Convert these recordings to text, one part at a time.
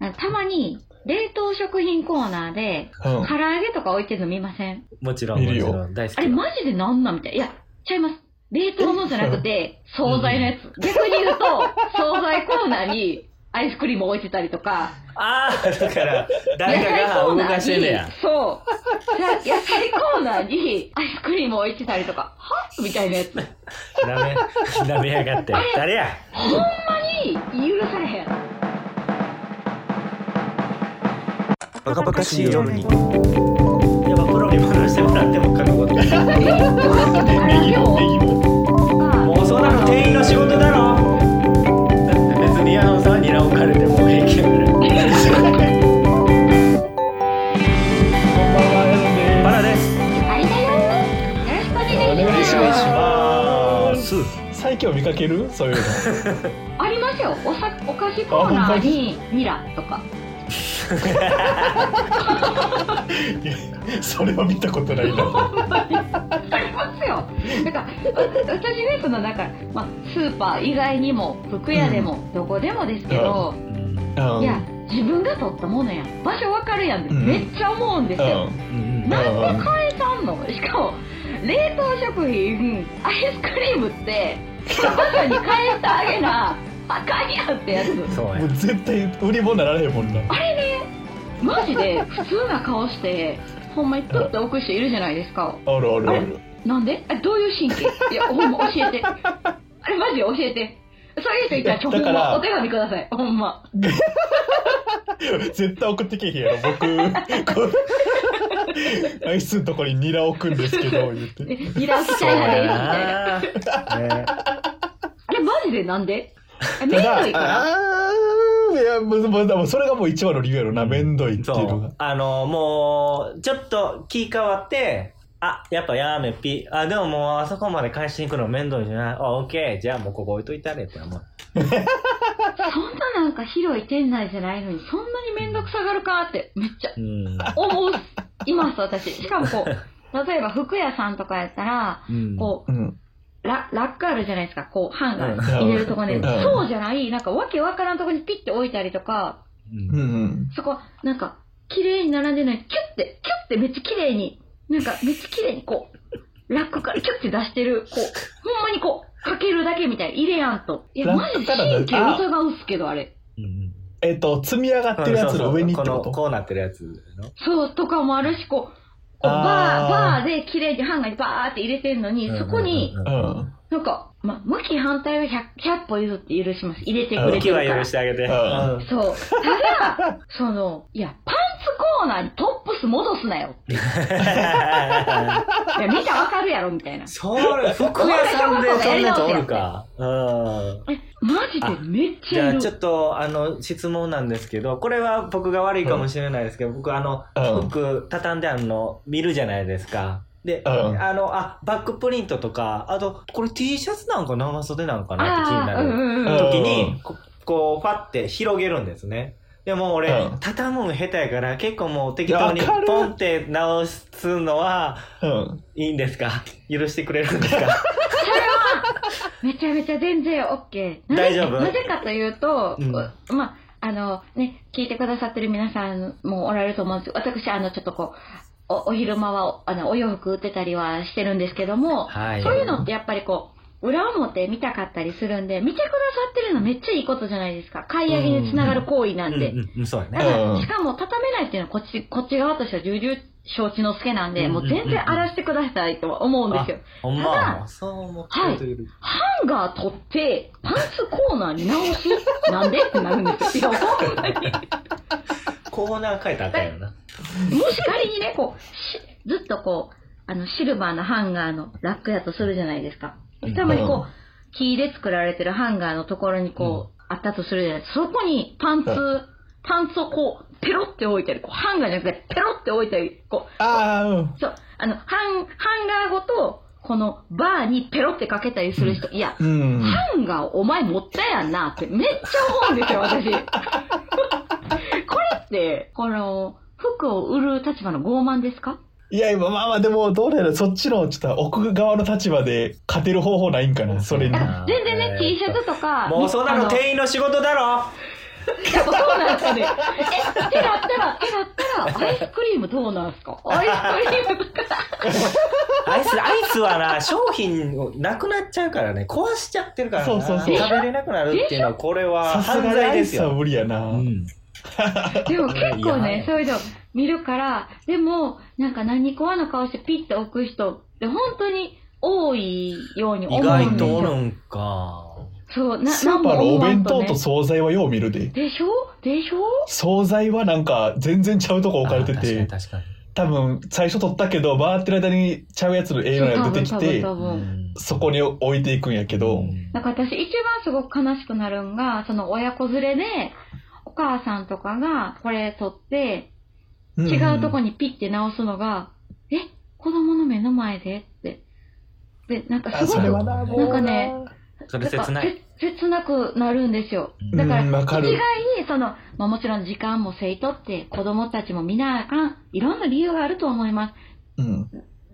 なんかたまに、冷凍食品コーナーで、うん唐揚げとか置いてるの見ませんもちろん、いもるちよろん、大好きあれマジでなんなんみたいな。いや、ちゃいます。冷凍のじゃなくて、惣菜のやつ。逆に言うと、惣菜コーナーにアイスクリーム置いてたりとか、ああ、だから、野誰菜コかがー動ナかしてーんねにや。、そう。な野菜コーナーにアイスクリーム置いてたりとか、はみたいなやつ。にダメ、 ダメやがって。誰や許され へん。バカバカしい夜に。やっぱプロに話してもらっても覚悟で。もうそんなの店員の仕事だろ別に矢野さんにらおかれても平気やからこんばんはバラですあれだよ。よろしくお願いしおま願いしす。ますす最近見かけるそういうの。ありますよ。おさ、お菓子コーナーにミラとか。それは見たことないな。ありますよ。だから、わ私ね、その、なんか、まあ、スーパー以外にも、服屋でも、どこでもですけど、うんいや、自分が取ったものやん。場所わかるやんって、うんめっちゃ思うんですよ。うんなんで返さんのしかも、冷凍食品、アイスクリームって、その場所に返してあげな、あかんやんってやつ。そ うもうや絶対売り物なられへんもんな。マジで、普通な顔して、ほんまに取っておく人いるじゃないですか。あるあるある。なんであどういう神経いや、ほんま教え て。あれ、マジで教えて。そういう人いたら、ちょ、ほだんからま、お手紙ください。ほんま。絶対送ってけえへんやろ、 僕。こうアイスのとこにニラ置くんですけど、言っえて。ニラ吹きそうたい派でやいるみたいな。なねあれ、マジでなんでえ、めんただ、どいから。あーいや、もう、もうもうそれがもう一番の理由やろな、めんどいっていうそのがう。あのもうちょっと気変わってあやっぱやめピあでももうあそこまで返しに行くの面倒いなあオッケーじゃあもうここ置いといたれって思うそんななんか広い店内じゃないのに、そんなにめんどくさがるかって、めっちゃうん思う、います、私。しかもこう、例えば服屋さんとかやったら、うんこう、うん。ララックあるじゃないですか、こう、ハンガうんー入れるとこうね。んそうじゃない、なんかわけわからんとこにピッて置いたりとか、うんうん。そこ、なんか、綺麗に並んでない、キュッて、キュッてめっちゃ綺麗に、なんかめっちゃ綺麗にこう、ラックからキュッて出してる、こう、ほんまにこう、かけるだけみたいな、入れやんと。いや、ラッマジクでからだ神経疑うっすけど、あれ。うんえっと、積み上がってるやつの上にってこそうそうそうこのとこうなってるやつのそう、とかもあるし、こう、こうあーバー、バーで綺麗にハンガーにバーって入れてんのに、そこにうん、うんううんん。なんか、ま、向き反対は 100, 100歩譲って許します。入れてくうんれ向てきるかはら許し。てあげて、うんそう。ただ、その、いや、パンツコーナーにトップス戻すなよ。いや、見たらわかるやろ、みたいな。そう服屋さんでそんなやつおるかうんえ、マジでめっちじゃいゃある。ちょっとあの質問なんですけどこれは僕が悪いかもしれないですけど、僕あのうん服畳んであんの見るじゃないですかで、うんあのあバックプリントとかあとこれ T シャツなんか長袖なんかなって気にああ、なうる、んうんううんん。時にここうファって広げるんですねでも俺、うん畳むの下手やから結構もう適当にいやわかるポンって直すのはうん。いいんですか許してくれるんですか めちゃめちゃ全然 OK。なぜ大丈夫なぜかというと、うんまあ、あのね、聞いてくださってる皆さんもおられると思うんですけど、私、あの、ちょっとこう、おお昼間はおあのお洋服売ってたりはしてるんですけども、はいそういうのってやっぱりこう、裏表見たかったりするんで、見てくださってるのめっちゃいいことじゃないですか。買い上げにつながる行為なんで。うんうん、そうやただねうんしかも畳めないっていうのはこっち、こっち側としては重々承知の助なんで、もう全然荒らしてくださいとは思うんですよ。ほんたまだそう思ってる、ハンガー取って、パンツコーナーに直すなんでってなるんです よ。いや、ほんまに。コーナー変えたらあかんよなもし仮にね、こう、しずっとこう、あの、シルバーのハンガーのラックやとするじゃないですか。たまにこう、木で作られてるハンガーのところにこう、あったとするじゃないですか。そこにパンツ、パンツをこう、ペロって置いたり、こう、ハンガーじゃなくて、ペロって置いたり、こう、ああ、うん。そう、あの、ハン、ハンガーごと、このバーにペロってかけたりする人、いや、うん。ハンガーお前持ったやんなってめっちゃ思うんですよ、私。これって、この、服を売る立場の傲慢ですかいや、今まあまあ、でも、どうだろう、そっちの、ちょっと奥側の立場で勝てる方法ないんかな、それに。あ全然ね、えー T シャツとか。もうそんなあの店員の仕事だろやっぱそうなんですかね。え、ってなったら、ってなったら、アイスクリームどうなんですかアイスクリームとか。アイス、アイスはな、商品をなくなっちゃうからね、壊しちゃってるからな。そうそうそう食べれなくなるっていうのは、これはさす犯がに罪アでイすスはよ。無理やな。うん。でも結構いねや、そういうの見るから、でも、なんか何怖の顔してピッと置く人って本当に多いように思う意ん外ですとおるよ。んか。そう、な、スーパなーんのもお思わん弁と当ねと惣菜はよう見るで。でしょでしょ惣菜はなんか全然ちゃうとこ置かれてあて、確かに多分最初取ったけど、回ってる間にちゃうやつの映画が出てき多分て、多分多確か分に。うんそこに置いていくんやけど、うんなんか私一番すごく悲しくなるんが、その親子連れで、お母さんとかがこれ取って、違うとこに。にピッて直すのが、え、子供の目の前でって。で、なんかすあごそくれ、はな、もうなんかねそれ切なやっい。ぱせ切なくなるんですよ。だかうんわら、か一る概に、その、まあ、もちろん時間もせいとって、子供たちも見なあかん、いろんな理由があると思います。うん。でも、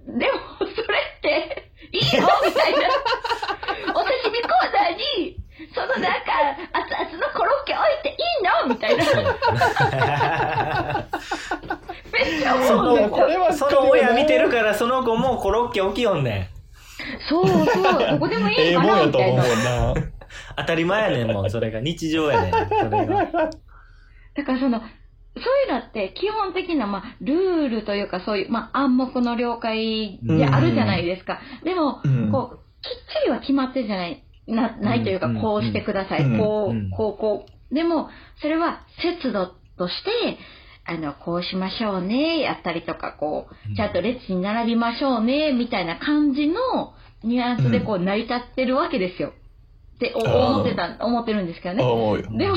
それ って、いいよみたいな。お刺身コーナーに、そのなんか、熱々のコロッケ置いていいのみたいな。めっちゃそ思うんですのよ。その親見てるから、その子もコロッケ起きよんねん。そうそう、どこでもいいええかもんなやみとた思いうな。もんな。当たり前やねんもん、それが。日常やねん。それが。 だからその、そういうのって基本的な、まあ、ルールというかそういう、まあ、暗黙の了解であるじゃないですか。でも、うんこう、きっちりは決まってるじゃない、なないというか、うんこうしてください、うんこうんう、こう、こう。でも、それは節度として、あの、こうしましょうね、やったりとか、こうんう、ちゃんと列に並びましょうね、みたいな感じのニュアンスでこう成り立ってるわけですよ。っておあー思ってた、思ってるんですけどね。思うよ。でも、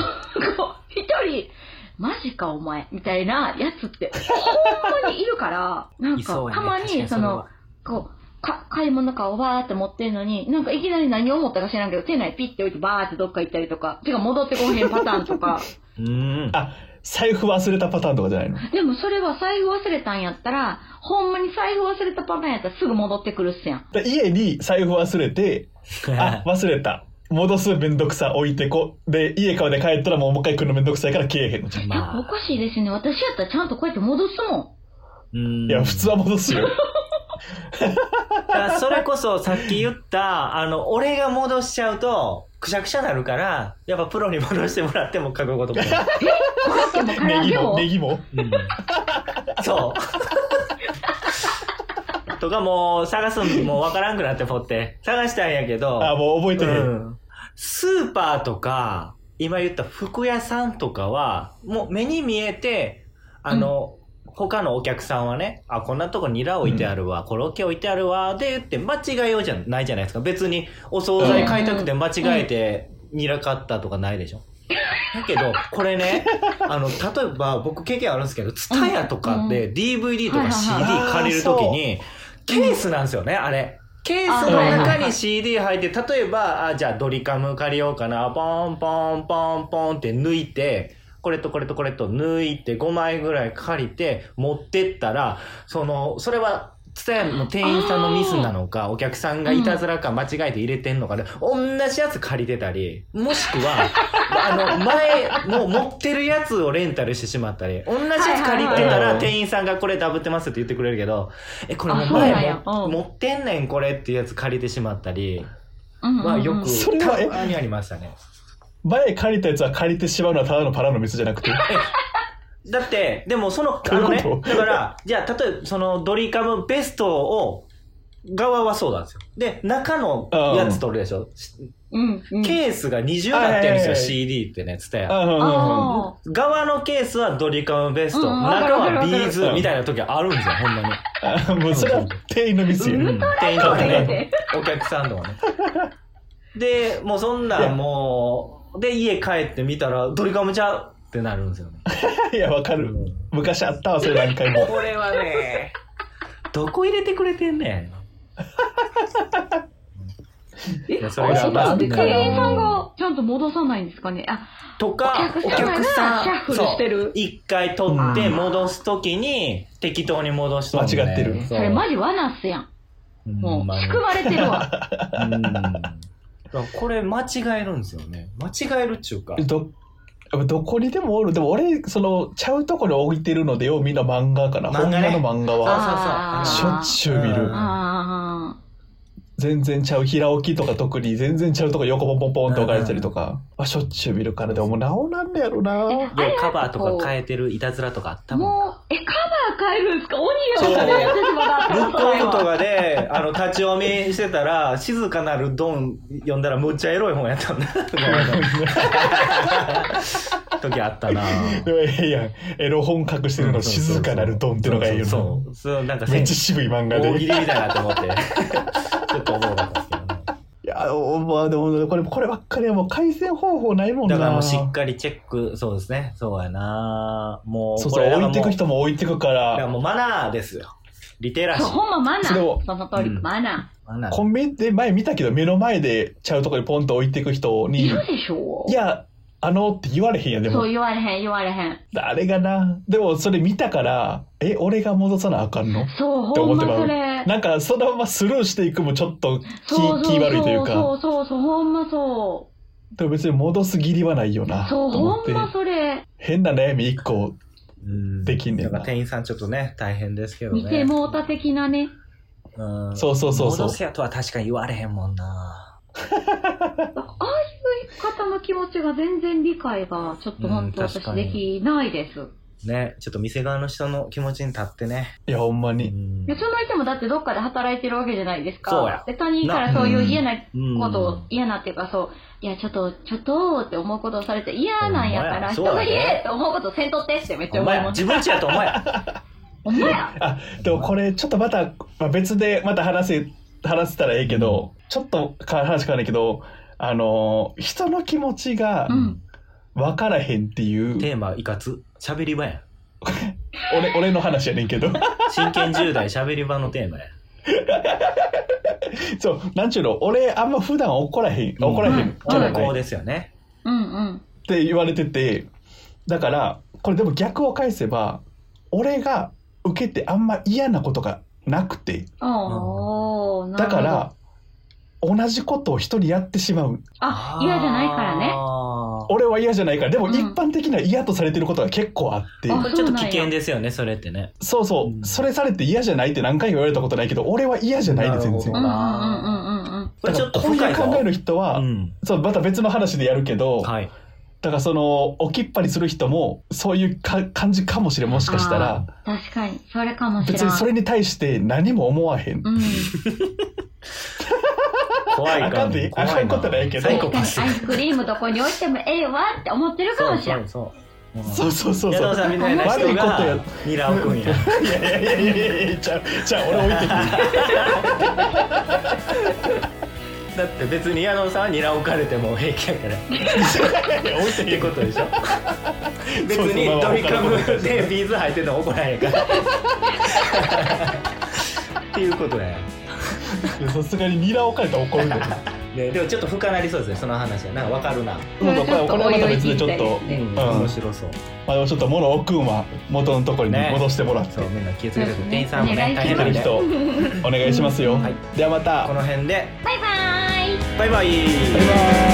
こう、一人、マジかお前、みたいなやつ って、ほんまにいるから、なんいか、そうやたねま確かに、そそれのは、こう、か、買い物かをバーって持ってんのに、なんかいきなり何を思ったか知らんけど、店内ピッて置いてバーってどっか行ったりとか、てか戻ってこうへんパターンと か。うん。あ、財布忘れたパターンとかじゃないのでもそれは財布忘れたんやったら、ほんまに財布忘れたパターンやったらすぐ戻ってくるっすやん。だ家に財布忘れて、 あ、忘れた。戻すめんどくさ置いてこ。で、家からで帰ったらもうもう一回来るのめんどくさいから消えへんのじゃん。やっぱおかしいですね。私やったらちゃんとこうやって戻すも ん。いいや、普通は戻すよ。それこそさっき言った、あの、俺が戻しちゃうと、くしゃくしゃなるから、やっぱプロに戻してもらっても書くことも ない。コロッケも唐揚ネギげも、も。ネギも。うんそう。とかもう探すんもうわからんくなってぽって。探したんやけど。あ、もう覚えてうる。んスーパーとか、今言った服屋さんとかは、もう目に見えて、あの、他のお客さんはね、あ、こんなとこニラ置いてあるわ、コロッケ置いてあるわ、で言って間違いようじゃないじゃないですか。別にお惣菜買いたくて間違えてニラ買ったとかないでしょ。だけど、これ ね、あの、例えば僕経験あるんですけど、ツタヤとかで DVD とはいはいか CD はい借りるときに、ケースなんですよね、あれ。ケースの中に CD 入って、例えば、あ、じゃあドリカム借りようかな、ポンポンポンポンって抜いて、これとこれとこれと抜いて5枚ぐらい借りて持ってったら、その、それは、ツタヤの店員さんのミスなのか、お客さんがいたずらか間違えて入れてんのかで、同じやつ借りてたり、もしく は、あの、前、もう持ってるやつをレンタルしてしまったり、同じやつ借りてたはいはいはらい店員さんがこれダブってますって言ってくれるけど、え、これもうあそうなん前やもうん持ってんねんこれっていうやつ借りてしまったりうんうんうんはよく、それはえたまにありましたね。前借りたやつは借りてしまうのはただのパラのミスじゃなくて。だって、でもその、あどういうこのとね、だから、じゃあ、例えば、そのドリカムベストを、側はそうなんですよ。で、中のやつ取るでしょ。うん、うん。ケースが20なってるんはいはいですはよ、い CD ってね、つたや。ああ側のケースはドリカムベスト、うん中わかるわはかビるわかるーズみたいな時あるんですよ、ほんまに。あ、もうそれは店員のミスよ。うん店員あとあ。かね。ね。お客さんとかね。で、もうそんいなやんもう、で、家帰ってみたら、ドリカムちゃうってなるんですよね。いや、わかる。昔あったわ、それ何回も。これはね、どこ入れてくれてんねえ、やあそそれれがなまんでずいから店員さんがちゃんと戻さないんですかね。あ、ん。とか、おお客客様さがん、シャッフルしてるそう一回取って戻すときに、適当に戻しとんね間違ってるそれマジ罠っすやん。うもほんうま、に仕組まれてる わ。うんだからこれ間違えるんですよね。間違えるっちゅうか。ど、やっぱどこにでもおる。でも俺、その、ちゃうとこに置いてるのでよ、みんな漫画かな。漫漫画、画のね漫画は。あーしょっちゅう見うるん。あ全然ちゃう。平置きとか特に、全然ちゃうとこ横ポンポンポンって置かれたりとか。まあ、しょっちゅう見るから、でも、なおなんだやろな。でカバーとか変えてるいたずらとかあっあ。たもん。もう、え、カバー変えるんですか鬼そうやん。私もだブックそれオはフとかで、あの、立ち読みしてたら、静かなるドン読んだらむっちゃエロい本やったんだ。時あったなでもええやん。エロ本隠してるの、静かなるドンってのがいいよなそう。そう、なんかめっちゃ渋い漫画大喜利で。みいたいなと思って。ちょっと思うかったんですけどね。や、おまあでも、これ、こればっかりはもう改善方法ないもんな。だからもうしっかりチェック、そうですね。そうやなもう、そうこそう、れだから置もいてく人も置いてくかだからら、もうマナーですよ。リテラシそう、ー。ほんまマナそれーを。その通り、うんマナマナーコンビニで前見たけど、目の前でちゃうとこにポンと置いてく人ー。いに、るでしょいや、あのって言われへんやん、でそもう。言われへん、言われへん。あれがな。でも、それ見たから、え、俺が戻さなあかんのそう、ってほ思んってまま。そう れ。なんか、そのままスルーしていくもちょっと気そう気そう悪いというそか。うそうそう、ほんまそでも別に戻す義理はないよう。な。そう、と思っほんて。まそれ。変な悩み一個。うんできんねんだなから店員さんちょっとね、大変ですけどね。見てもうた的なね。うんそうそうそうそう戻せやとは確かに言われへんもんな。ああいう方の気持ちが全然理解が、ちょっと本当うん確私かにできないです。ね、ちょっと店側の人の気持ちに立ってね。いや、ほんまうに。んいやその人もだってどっかで働いてるわけじゃないですか。そうやで、他人からそういう嫌なうんことを、嫌なっていうかそう、いや、ちょっと、ちょっとって思うことをされて嫌なんやから、ほ人んのまやそうやね家って思うことせんとってってめっちゃお思い前、ます。自分ちやと思え。ほんまやあ、でもこれ、ちょっとまた、まあ、別でまた話せ、話せたらええけど、ちょっとか話変わるけど、あのー、人の気持ちがうん。分からへんっていう、テーマいかつ。喋り場やん。俺、俺の話やね んけど。真剣10代喋り場のテーマや。そう、なんちゅうの、俺、あんま普段怒らへん、怒らへん、うんじゃな社い交っですよね。うんうん。て言われてて、だから、これでも逆を返せば、俺が受けてあんま嫌なことがなくて、おー、なるだほどから、同じことを人にやってしまう。あ、嫌じゃないからね。あー俺は嫌じゃないから、でもうん一般的には嫌とされてることが結構あって、あちょっと危険ですよね、それってね。そうそうう、んそれされて嫌じゃないって何回も言われたことないけど、俺は嫌じゃないで全なるほ然うど。んうんうんうんうん。これちょっとだから深いこぞ。ういう考えの人は、うん。そう、また別の話でやるけど、はい。だからその置きっぱりする人もそういうか感じかもしれんもしかしたらあー。確かに、それかもしれない。別にそれに対して何も思わへん、うん。怖いあかんであかんことないけどサイコパスア。イスクリームどこに置いてもええわって思ってるかもしれん。そうそそうそう。うそうそう矢そ野うさんみたいな人悪いことやがミラーを組んや。いやいやいやいやいやじゃあじゃあ俺置いてくだって別に矢野さんはニラ置かれても平気やからっるいや置いててくこると でしょ別そうそうまにあまあドリカムでビーズ履いてるの怒らへんからっていうことだよ、いやさすがにニラ置かれたら怒るでね、でもちょっと深なりそうですねその話はなんかわかるな、うんこれこれはまた別でちょっとううん、ん面白そうまあでもちょっと物を置くんは元のところにね戻してもらって、そうみんな気をつけてそうですね店員さんもお願いねします変大変ななんで人こお願いしますよ、はいではまたの辺でバイバーイバイバイ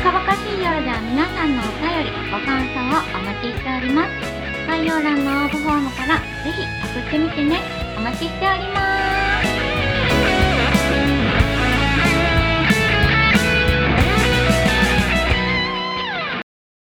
赤々しい夜では皆さんのお便り、ご感想をお待ちしております。概要欄の応募フォームからぜひ送ってみてね。お待ちしております。